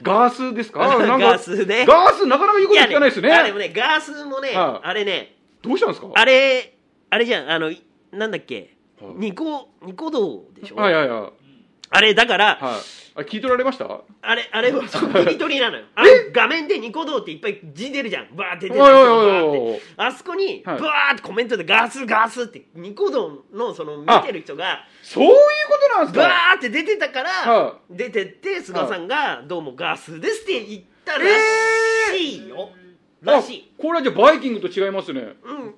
[SPEAKER 3] ガースですか なんか
[SPEAKER 2] ガースね
[SPEAKER 3] ガースなかなか言うこと聞かないですね
[SPEAKER 2] やでもねガースもね、
[SPEAKER 3] はい
[SPEAKER 2] あれね
[SPEAKER 3] どうしたんですか
[SPEAKER 2] あれあれじゃんあのいなんだっけ
[SPEAKER 3] はい
[SPEAKER 2] ニコニコ動でしょ、
[SPEAKER 3] はいはいはい
[SPEAKER 2] あれだから、
[SPEAKER 3] はい、あ聞い取られましたはい
[SPEAKER 2] あれ、あれは、そう切り取りなのよ。あの画面でニコ動っていっぱい字出るじゃん。バーって出てる
[SPEAKER 3] おいおいおいおい
[SPEAKER 2] バーってあそこに、
[SPEAKER 3] は
[SPEAKER 2] バ
[SPEAKER 3] い
[SPEAKER 2] ーってコメントでガースガースって、ニコ動のその見てる人が、
[SPEAKER 3] そういうことなんです
[SPEAKER 2] バ
[SPEAKER 3] か
[SPEAKER 2] ーって出てたから、
[SPEAKER 3] は
[SPEAKER 2] 出てって、菅さんが、どうもガースですって言ったらしいよ。らしい。
[SPEAKER 3] あこれはじゃあバイキングと違いますね、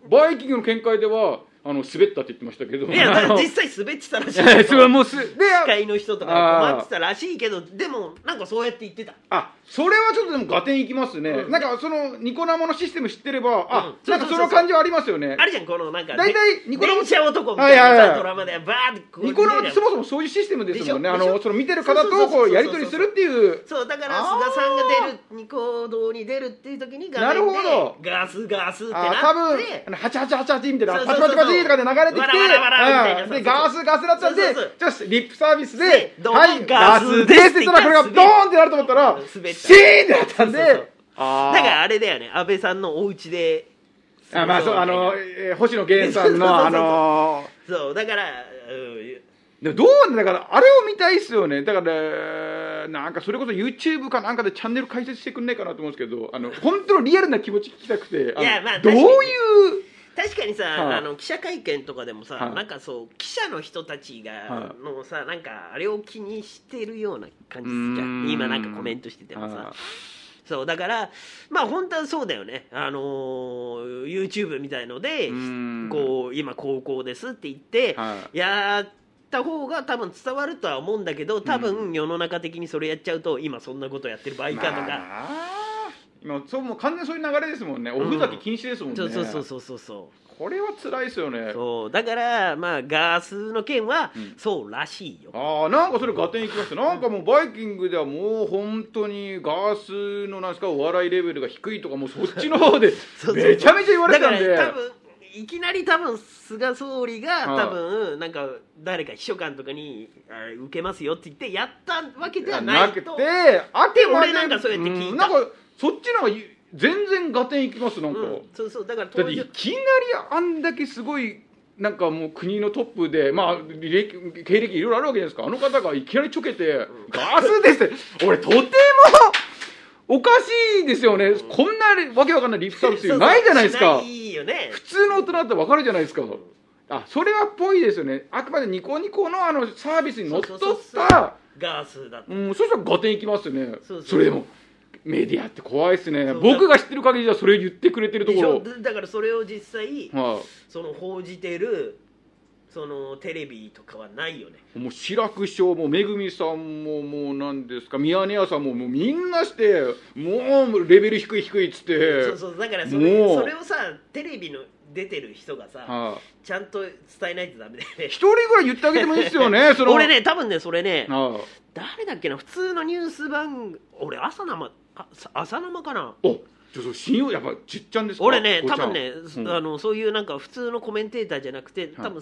[SPEAKER 2] う
[SPEAKER 3] バイキングの見解ではあの滑ったって言ってましたけど
[SPEAKER 2] いや、だ
[SPEAKER 3] あ
[SPEAKER 2] から
[SPEAKER 3] の
[SPEAKER 2] 実際滑ってたらしい
[SPEAKER 3] いやそれは
[SPEAKER 2] よ。
[SPEAKER 3] もうすで
[SPEAKER 2] 司会の人とかが困ってたらしいけど、でも、なんかそうやって言ってた。
[SPEAKER 3] あそれはちょっとでも合点いきますね、
[SPEAKER 2] うん
[SPEAKER 3] なんかそのニコ生のシステム知ってればあ、
[SPEAKER 2] うん
[SPEAKER 3] なんかその感じはありますよね
[SPEAKER 2] あるじゃんこのなんか
[SPEAKER 3] 大体ニコ生
[SPEAKER 2] 電車男みたい
[SPEAKER 3] はい
[SPEAKER 2] な
[SPEAKER 3] はい
[SPEAKER 2] さ
[SPEAKER 3] はい
[SPEAKER 2] ドラマでバーってこう
[SPEAKER 3] ニコ生ってそもそ
[SPEAKER 2] 出る
[SPEAKER 3] もそういうシステムですもん
[SPEAKER 2] で
[SPEAKER 3] ねあ
[SPEAKER 2] しょ
[SPEAKER 3] のその見てる方
[SPEAKER 2] そうそう
[SPEAKER 3] と
[SPEAKER 2] そうそう
[SPEAKER 3] こうやり取りするっていう
[SPEAKER 2] そうだから
[SPEAKER 3] あ
[SPEAKER 2] 菅
[SPEAKER 3] ー
[SPEAKER 2] さんが出るニコ動に出るっていう時に画面で
[SPEAKER 3] なるほど
[SPEAKER 2] ガスガスってなっ
[SPEAKER 3] あ
[SPEAKER 2] て
[SPEAKER 3] 多分あの8888みたいな
[SPEAKER 2] そう
[SPEAKER 3] パ
[SPEAKER 2] そうそ
[SPEAKER 3] チ
[SPEAKER 2] うそう
[SPEAKER 3] パチパチとかで流れてきて
[SPEAKER 2] わらわらわらみたいな
[SPEAKER 3] うん
[SPEAKER 2] そうそう
[SPEAKER 3] でガースガスだった
[SPEAKER 2] そう
[SPEAKER 3] んで
[SPEAKER 2] そう
[SPEAKER 3] ちょっとリップサービス
[SPEAKER 2] そう
[SPEAKER 3] で「
[SPEAKER 2] どうも
[SPEAKER 3] はい
[SPEAKER 2] ガ
[SPEAKER 3] ガ
[SPEAKER 2] ス
[SPEAKER 3] ス
[SPEAKER 2] で
[SPEAKER 3] ですす」って言ったらこれがドーンってなると思ったら
[SPEAKER 2] 滑
[SPEAKER 3] シ
[SPEAKER 2] った
[SPEAKER 3] ーンってなったんで
[SPEAKER 2] そうそうそう
[SPEAKER 3] あー
[SPEAKER 2] だからあれだよね安倍さんのお家で
[SPEAKER 3] あまあそうあの、えー星野源さん
[SPEAKER 2] そうそうそうそう
[SPEAKER 3] のあの
[SPEAKER 2] そうだからうん
[SPEAKER 3] ーでもどうだからあれを見たいっすよねだからえーなんかそれこそ YouTube かなんかでチャンネル解説してくんないかなと思うんですけどあの本当のリアルな気持ち聞きたくてあの
[SPEAKER 2] いやまあ
[SPEAKER 3] どういう
[SPEAKER 2] 確かに確かにさ、
[SPEAKER 3] はい
[SPEAKER 2] あの記者会見とかでもさ、
[SPEAKER 3] はい
[SPEAKER 2] なんかそう記者の人たちが
[SPEAKER 3] は
[SPEAKER 2] のさ、なんかあれを気にしてるような感じじゃ
[SPEAKER 3] うー
[SPEAKER 2] ん
[SPEAKER 3] ん
[SPEAKER 2] 今なんかコメントしてても
[SPEAKER 3] は
[SPEAKER 2] さ
[SPEAKER 3] い
[SPEAKER 2] そうだからまあ本当はそうだよねあのー YouTube みたいので
[SPEAKER 3] うーん
[SPEAKER 2] こう今高校ですって言って、
[SPEAKER 3] は
[SPEAKER 2] やった方が多分伝わるとは思うんだけど多
[SPEAKER 3] う
[SPEAKER 2] 分世の中的にそれやっちゃうと今そんなことやってる場合かとか、
[SPEAKER 3] まあ今そうもう完全にそういう流れですもんねおふざけ禁止ですもんね、
[SPEAKER 2] そうそうそうそうそうそう。
[SPEAKER 3] これは辛いですよね
[SPEAKER 2] そうだからまあガースの件は
[SPEAKER 3] うん
[SPEAKER 2] そうらしいよ、
[SPEAKER 3] ああなんかそれ合点いきましたなんかもうバイキングではもう本当にガースのなんですかお笑いレベルが低いとかもうそっちの方で
[SPEAKER 2] そうそう
[SPEAKER 3] めちゃめちゃ言われ
[SPEAKER 2] だか
[SPEAKER 3] てた
[SPEAKER 2] ら
[SPEAKER 3] んで
[SPEAKER 2] 多分いきなり多分菅総理が
[SPEAKER 3] はい
[SPEAKER 2] 多分なんか誰か秘書官とかにあ受けますよって言ってやったわけではない
[SPEAKER 3] な
[SPEAKER 2] と
[SPEAKER 3] くてあくま
[SPEAKER 2] で俺
[SPEAKER 3] で
[SPEAKER 2] なんかそうやって聞いた
[SPEAKER 3] んなんかそっちの方が全然合点いきますなんか、
[SPEAKER 2] うん、そうそうだから
[SPEAKER 3] だ
[SPEAKER 2] 当
[SPEAKER 3] ってい
[SPEAKER 2] 時
[SPEAKER 3] きなりあんだけすごいなんかもう国のトップで、まあ、履歴経歴いろいろあるわけじゃないですかあの方がいきなりちょけて「ガスです」って俺とてもおかしいですよね、こんなわけわかんないリップサービスないじゃないで
[SPEAKER 2] そ
[SPEAKER 3] す
[SPEAKER 2] う
[SPEAKER 3] か
[SPEAKER 2] そうないよね
[SPEAKER 3] 普通の大人だってわかるじゃないですかあそれはっぽいですよねあくまでニコニコのあのサービスにのっとっ
[SPEAKER 2] そうそうそうそう
[SPEAKER 3] た
[SPEAKER 2] ガースだって
[SPEAKER 3] うんそしたら合点いきますよね
[SPEAKER 2] そうそう
[SPEAKER 3] それでもメディアって怖いですね
[SPEAKER 2] そう
[SPEAKER 3] 僕が知ってる限りじゃそれ言ってくれてると
[SPEAKER 2] で
[SPEAKER 3] こ
[SPEAKER 2] し
[SPEAKER 3] ろ
[SPEAKER 2] ょだからそれを実際
[SPEAKER 3] はい、
[SPEAKER 2] その報じてるそのテレビとかはないよね
[SPEAKER 3] もう志らく師匠もめぐみさんももう何ですか宮根屋さんももうみんなしてもうレベル低い低いっつって
[SPEAKER 2] そうそうだからそれ
[SPEAKER 3] もう
[SPEAKER 2] それをさテレビの出てる人がさ、
[SPEAKER 3] はい
[SPEAKER 2] ちゃんと伝えないとダメだよね
[SPEAKER 3] 一人ぐらい言ってあげてもいいですよねその
[SPEAKER 2] 俺ね多分ねそれね
[SPEAKER 3] はい
[SPEAKER 2] 誰だっけな普通のニュース番俺朝生あさ朝生かな
[SPEAKER 3] おちょっと信用やっぱじっちゃんですか
[SPEAKER 2] 俺ね
[SPEAKER 3] こうち
[SPEAKER 2] 多
[SPEAKER 3] ゃん
[SPEAKER 2] 分ね、
[SPEAKER 3] うん
[SPEAKER 2] あのそういうなんか普通のコメンテーターじゃなくて多分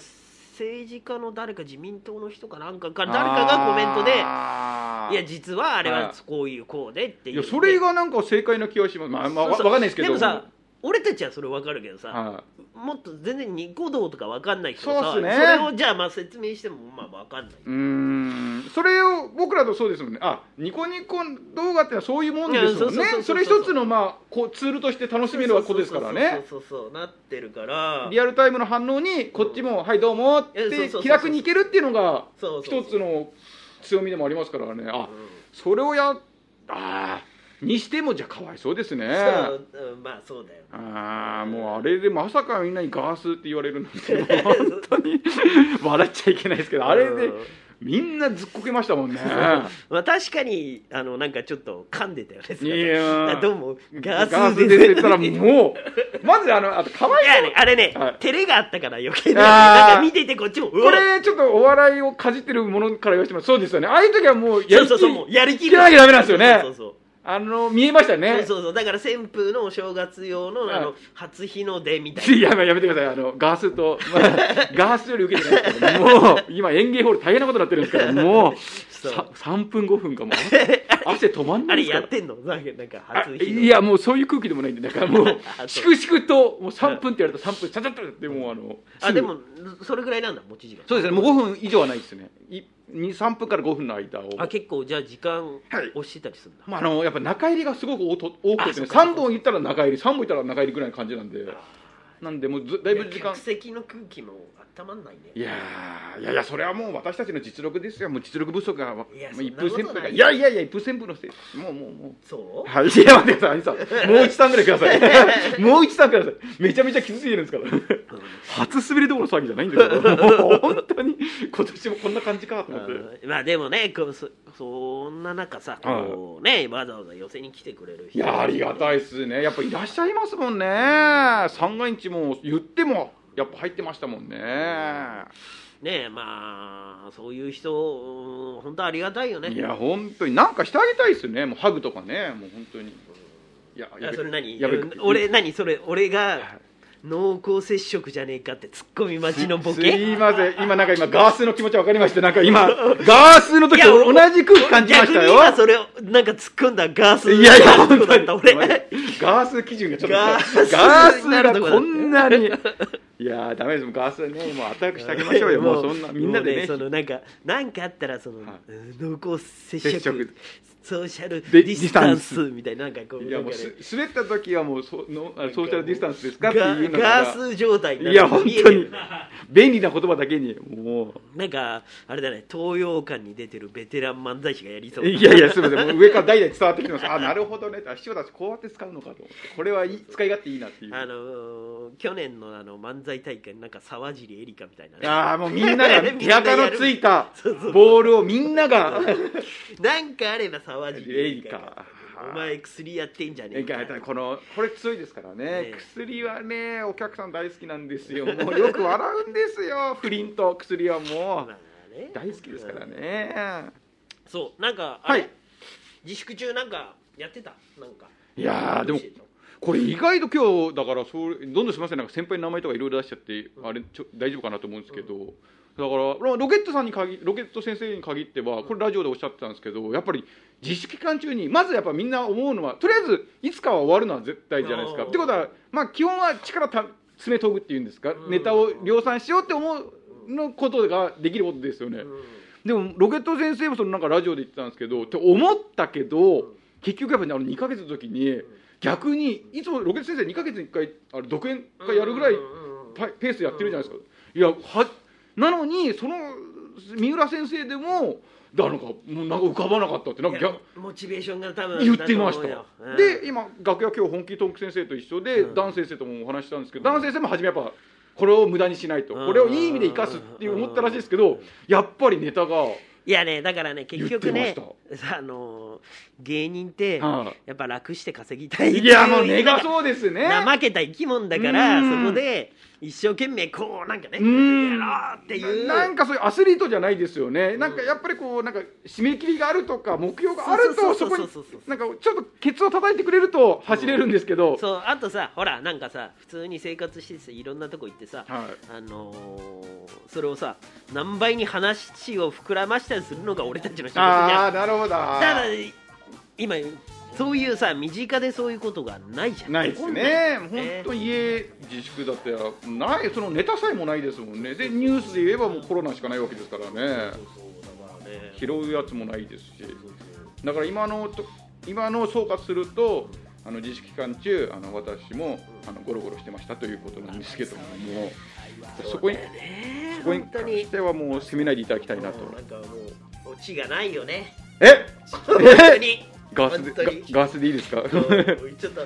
[SPEAKER 2] 政治家の誰か自民党の人かなんかか誰かがコメントで
[SPEAKER 3] あー
[SPEAKER 2] いや実はあれは
[SPEAKER 3] はい
[SPEAKER 2] こういうこうでってい
[SPEAKER 3] いうや
[SPEAKER 2] んで
[SPEAKER 3] それがなんか正解な気がしますまあ、まあ、
[SPEAKER 2] そう
[SPEAKER 3] わ
[SPEAKER 2] そう
[SPEAKER 3] わかんないですけど
[SPEAKER 2] でもさ俺たちはそれ分かるけどさ、
[SPEAKER 3] は
[SPEAKER 2] もっと全然ニコ動とか分かんない人がさ
[SPEAKER 3] そ
[SPEAKER 2] そう
[SPEAKER 3] っすね
[SPEAKER 2] れをじゃあまあ説明してもまあ分かんない、
[SPEAKER 3] い、うーんそれを僕らとそうですもんねあニコニコ動画ってのはそういうもんですもん
[SPEAKER 2] いやそうそう
[SPEAKER 3] ね
[SPEAKER 2] そうそう
[SPEAKER 3] それ一つのまあこうツールとして楽しめることですからね
[SPEAKER 2] そうそうそうそうなってるから
[SPEAKER 3] リアルタイムの反応にこっちも「はいどうも」っ
[SPEAKER 2] えそうそう
[SPEAKER 3] て
[SPEAKER 2] そう
[SPEAKER 3] 気楽にいけるっていうのが
[SPEAKER 2] そうそう
[SPEAKER 3] 一つの強みでもありますからねあ
[SPEAKER 2] うん
[SPEAKER 3] それをやあーにしてもじゃあかわいそうですね
[SPEAKER 2] そううんまあそうだよ
[SPEAKER 3] ああもうあれでまさかみんなにガースって言われるなんてもう本当に笑っちゃいけないですけどあれで
[SPEAKER 2] うん
[SPEAKER 3] みんなずっこけましたもんね
[SPEAKER 2] まあ確かにあのなんかちょっと噛んでたよね
[SPEAKER 3] いやー
[SPEAKER 2] どうもガ
[SPEAKER 3] ガ
[SPEAKER 2] ー
[SPEAKER 3] ー
[SPEAKER 2] ス
[SPEAKER 3] ス
[SPEAKER 2] で
[SPEAKER 3] ですすって言 ったらもうまずあのあとかわい
[SPEAKER 2] いやねあれね、
[SPEAKER 3] はい
[SPEAKER 2] 照れがあったから余計な
[SPEAKER 3] あー
[SPEAKER 2] なんか見ててこっちもう
[SPEAKER 3] こ
[SPEAKER 2] わ
[SPEAKER 3] れちょっとお笑いをかじってるものから言わせてもらうそうですよねああいう時はもう
[SPEAKER 2] そ
[SPEAKER 3] やる
[SPEAKER 2] うそうそうもうやりきる
[SPEAKER 3] やらなきゃダメなんですよね
[SPEAKER 2] そうそうそう
[SPEAKER 3] あの見えました
[SPEAKER 2] そう
[SPEAKER 3] ね
[SPEAKER 2] そうそうだから旋風のお正月用のあの
[SPEAKER 3] はい
[SPEAKER 2] 初日の出みたいな
[SPEAKER 3] い ややめてくださいあのガースと、まあ ガースより受けてないですけどもう今園芸ホール大変なことになってるんですからもう
[SPEAKER 2] そう
[SPEAKER 3] さ3分5分かもう汗汗止まん
[SPEAKER 2] あ
[SPEAKER 3] ない
[SPEAKER 2] れ
[SPEAKER 3] ですか
[SPEAKER 2] や
[SPEAKER 3] ら
[SPEAKER 2] ってんのなんかなんか
[SPEAKER 3] あ
[SPEAKER 2] 初日の
[SPEAKER 3] いやもうそういう空気でもないんでだからも
[SPEAKER 2] あそう
[SPEAKER 3] うしくしくともう3分って言われたら3分ちゃちゃっとってもうあの
[SPEAKER 2] あ
[SPEAKER 3] す
[SPEAKER 2] で
[SPEAKER 3] ぐ
[SPEAKER 2] もそれぐらいなんだ持ち時間
[SPEAKER 3] そうですねもう5分以上はないですね23分から5分の間を
[SPEAKER 2] あ結構じゃあ時間
[SPEAKER 3] はい
[SPEAKER 2] 押してたりするんだ、
[SPEAKER 3] まあ、あのやっぱ中入りがすごく多と多くて、
[SPEAKER 2] あそっ
[SPEAKER 3] ね、
[SPEAKER 2] か
[SPEAKER 3] 3本いったら中入り3本いったら中入りぐらいの感じなんでなんでもうずだいぶ時間
[SPEAKER 2] 客席の空気もあったまんないね
[SPEAKER 3] いやーいやいやそれはもう私たちの実力ですよもう実力不足がもう
[SPEAKER 2] いや
[SPEAKER 3] 一風
[SPEAKER 2] そん
[SPEAKER 3] 旋
[SPEAKER 2] なことな
[SPEAKER 3] 風が
[SPEAKER 2] い
[SPEAKER 3] いやいやいや一風旋風のせいもうもうもう
[SPEAKER 2] そう
[SPEAKER 3] はい、いや待ってください、兄 さん、もう一段ぐらいください、も う一段ください、めちゃめちゃ傷ついてるんですから、初滑りどころの騒ぎじゃないんだけど、もう本当に、今年もこんな感じかと思って、
[SPEAKER 2] うんまあでもねこうそそんな中さこうねわざわざ寄せに来てくれる
[SPEAKER 3] い
[SPEAKER 2] 人
[SPEAKER 3] や、ありがたいですね、やっぱいらっしゃいますもんね、三が日も言っても、やっぱ入ってましたもんね、
[SPEAKER 2] ねまあそういう人うん本当ありがたいよね
[SPEAKER 3] いや、本当に、なんかしてあげたいですね、もうハグとかね、もう本当に。いや
[SPEAKER 2] あそれ何
[SPEAKER 3] やべ
[SPEAKER 2] 俺何それ俺が濃厚接触じゃねえかってツッコミ待ちのボ
[SPEAKER 3] す
[SPEAKER 2] ケ
[SPEAKER 3] いません、今なんか今ガースの気持ち分かりました。なんか今ガースの時同じ空気感じました
[SPEAKER 2] 逆に
[SPEAKER 3] よ。
[SPEAKER 2] 今それをなんか突っ込んだガース
[SPEAKER 3] いやいや、本
[SPEAKER 2] だ
[SPEAKER 3] 当
[SPEAKER 2] っ
[SPEAKER 3] に
[SPEAKER 2] た俺
[SPEAKER 3] ガース基準がちょっと
[SPEAKER 2] ガース
[SPEAKER 3] ガースがこんなに。いやー、ダメです、ガースね、もうアタックしてあげましょうよ、もうそんな、みんなでね。
[SPEAKER 2] もうそのなんかなんかあったらその、
[SPEAKER 3] は
[SPEAKER 2] 濃厚接触
[SPEAKER 3] 接触
[SPEAKER 2] ソーシャルデ
[SPEAKER 3] で
[SPEAKER 2] ィスタン
[SPEAKER 3] ディ
[SPEAKER 2] スみたいななんかこう
[SPEAKER 3] いや、も
[SPEAKER 2] な
[SPEAKER 3] う
[SPEAKER 2] んかね
[SPEAKER 3] す滑った時はもうその、あ
[SPEAKER 2] なんか
[SPEAKER 3] ソーシャルディスタンスですかって
[SPEAKER 2] ガ
[SPEAKER 3] いうのが。
[SPEAKER 2] ガース状態にないる
[SPEAKER 3] や、
[SPEAKER 2] のが
[SPEAKER 3] 本
[SPEAKER 2] 見え
[SPEAKER 3] 当
[SPEAKER 2] てる
[SPEAKER 3] に。便利な言葉だけに、も
[SPEAKER 2] なんかあれだね東洋館に出てるベテラン漫才師がやりそう
[SPEAKER 3] う。
[SPEAKER 2] ない
[SPEAKER 3] やいや、すみません、もう上から代々伝わってきてます。あ、なるほどね、あ、視聴たちこうやって使うのかと思って、これはいい使い勝手いいなっていう。
[SPEAKER 2] あのー去年のあの漫才大会なんか沢尻エリカみたいなね
[SPEAKER 3] ああ、もうみんなが手垢のついた
[SPEAKER 2] そうそう
[SPEAKER 3] ボールをみんなが。
[SPEAKER 2] なんかあれば沢尻エ
[SPEAKER 3] エ
[SPEAKER 2] リ
[SPEAKER 3] リ
[SPEAKER 2] カ
[SPEAKER 3] カ
[SPEAKER 2] お前薬やってんじゃねえ
[SPEAKER 3] いやこのこれ強いですからね
[SPEAKER 2] ええ
[SPEAKER 3] 薬はねお客さん大好きなんですよもうよく笑うんですよ不倫と薬はも
[SPEAKER 2] ま
[SPEAKER 3] う
[SPEAKER 2] あね
[SPEAKER 3] 大好きですから
[SPEAKER 2] うん
[SPEAKER 3] ね
[SPEAKER 2] そうなんかあ
[SPEAKER 3] は
[SPEAKER 2] れ
[SPEAKER 3] い
[SPEAKER 2] 自粛中なんかやってたなんか
[SPEAKER 3] いやーでもこれ意外と今日だからそれどんどんすみませんなんか先輩の名前とかいろいろ出しちゃってあれちょ大丈夫かなと思うんですけど、だからロケットさんに限ロケット先生に限ってはこれラジオでおっしゃってたんですけどやっぱり自粛期間中にまずやっぱみんな思うのはとりあえずいつかは終わるのは絶対じゃないですか。
[SPEAKER 2] あー
[SPEAKER 3] ってことはまあ基本は力た詰め研ぐっていうんですか、
[SPEAKER 2] うん
[SPEAKER 3] ネタを量産しようって思うのことができることですよね。
[SPEAKER 2] うん
[SPEAKER 3] でもロケット先生もそのなんかラジオで言ってたんですけどって思ったけど結局やっぱりあの2ヶ月の時に逆にいつもロケット先生2ヶ月に1回あれ独演会やるぐらいパペースでやってるじゃないですかいやはなのにその三浦先生でもだなんかもうなんか浮かばなかったってなんか
[SPEAKER 2] いや
[SPEAKER 3] 逆
[SPEAKER 2] モチベーションが多分
[SPEAKER 3] 言ってました
[SPEAKER 2] だと思うよ
[SPEAKER 3] で今楽屋今日本気トンク先生と一緒で、
[SPEAKER 2] うん
[SPEAKER 3] ダン先生ともお話ししたんですけど、ダン先生も初めやっぱこれを無駄にしないと、
[SPEAKER 2] うん
[SPEAKER 3] これをいい意味で生かすって思ったらしいですけど、やっぱりネタが、
[SPEAKER 2] いやねだからね結局ね
[SPEAKER 3] 言っ
[SPEAKER 2] あのー芸人って
[SPEAKER 3] は
[SPEAKER 2] やっぱ楽して稼ぎたいって
[SPEAKER 3] い、
[SPEAKER 2] い
[SPEAKER 3] いやもう
[SPEAKER 2] な
[SPEAKER 3] 根
[SPEAKER 2] んか
[SPEAKER 3] がそうですね
[SPEAKER 2] 怠けた生き物だから
[SPEAKER 3] う
[SPEAKER 2] そ
[SPEAKER 3] ん
[SPEAKER 2] こで一生懸命こうなんかねや
[SPEAKER 3] うん
[SPEAKER 2] ろうっていう
[SPEAKER 3] ななんかそういうアスリートじゃないですよね、なんかやっぱりこうなんか締め切りがあるとか目標があると
[SPEAKER 2] そう
[SPEAKER 3] そ
[SPEAKER 2] そう
[SPEAKER 3] こ
[SPEAKER 2] そ
[SPEAKER 3] に
[SPEAKER 2] うそうそう
[SPEAKER 3] なんかちょっとケツを叩いてくれると走れるんですけど、
[SPEAKER 2] そうあとさほらなんかさ普通に生活してていろんなとこ行ってさ、
[SPEAKER 3] はい
[SPEAKER 2] あのーそれをさ何倍に話を膨らましたりするのが俺たちの仕事じ
[SPEAKER 3] あ
[SPEAKER 2] ゃ
[SPEAKER 3] あ
[SPEAKER 2] ん
[SPEAKER 3] なるほど
[SPEAKER 2] ただ今そういうさ身近でそういうことがないじゃん
[SPEAKER 3] ないですね、本当
[SPEAKER 2] に
[SPEAKER 3] に家自粛だってない、そのネタさえもないですもんね、でニュースで言えばもうコロナしかないわけですからね、拾うやつもないですし、だから今のと今の総括すると、あの自粛期間中、あの私もあのゴロゴロしてましたということなんですけども、そこにそこに
[SPEAKER 2] 本当
[SPEAKER 3] 関
[SPEAKER 2] に
[SPEAKER 3] してはもう責めないでいただきたいなと。
[SPEAKER 2] なんかもうオチがないよね
[SPEAKER 3] え
[SPEAKER 2] 本当に
[SPEAKER 3] ガース
[SPEAKER 2] 本
[SPEAKER 3] で
[SPEAKER 2] 当に
[SPEAKER 3] ガガースでいいですか
[SPEAKER 2] そうちょっとあ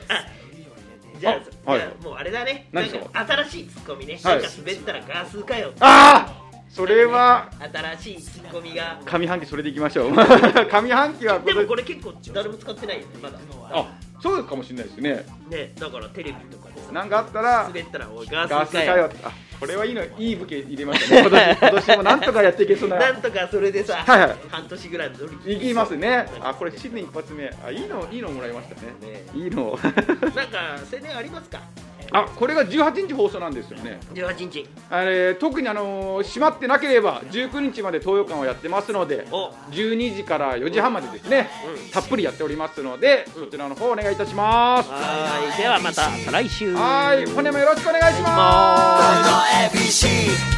[SPEAKER 2] じゃあ、
[SPEAKER 3] あはい
[SPEAKER 2] じゃあもうあれだね
[SPEAKER 3] 何ですか
[SPEAKER 2] なんか新しいツッコミね、
[SPEAKER 3] は
[SPEAKER 2] なん
[SPEAKER 3] い
[SPEAKER 2] か滑ったらガースかよ
[SPEAKER 3] ああそれは
[SPEAKER 2] 新しいツッコミが
[SPEAKER 3] 上半期それでいきましょう 上半期は
[SPEAKER 2] でも
[SPEAKER 3] 今年
[SPEAKER 2] これ結構誰も使ってないよねまだ
[SPEAKER 3] あそうかもしれないですね
[SPEAKER 2] ねだからテレビとかでさ
[SPEAKER 3] なんかあったら
[SPEAKER 2] 滑ったらおいガー
[SPEAKER 3] ガ
[SPEAKER 2] ス
[SPEAKER 3] ス
[SPEAKER 2] か
[SPEAKER 3] か
[SPEAKER 2] よ
[SPEAKER 3] よあこれはいいのいい武器入れましたね今 年今年もなんとかやっていけそうな
[SPEAKER 2] なんとかそれでさ、
[SPEAKER 3] はいはい
[SPEAKER 2] 半年ぐらい乗り切
[SPEAKER 3] い
[SPEAKER 2] り
[SPEAKER 3] きますねあこれ新年一発目あいいのいいのもらいましたね
[SPEAKER 2] ね
[SPEAKER 3] いいの
[SPEAKER 2] なんか宣伝ありますか
[SPEAKER 3] あこれが18日放送なんですよね
[SPEAKER 2] 18日
[SPEAKER 3] あれ特にあのー閉まってなければ19日まで東洋館をやってますので
[SPEAKER 2] お
[SPEAKER 3] 12時から4時半までですね、
[SPEAKER 2] うん
[SPEAKER 3] たっぷりやっておりますので、そちらの方お願いいたします、
[SPEAKER 2] はーいではまた再来週
[SPEAKER 3] はい本年もよろしくお願いします
[SPEAKER 1] の
[SPEAKER 2] ま
[SPEAKER 1] ABC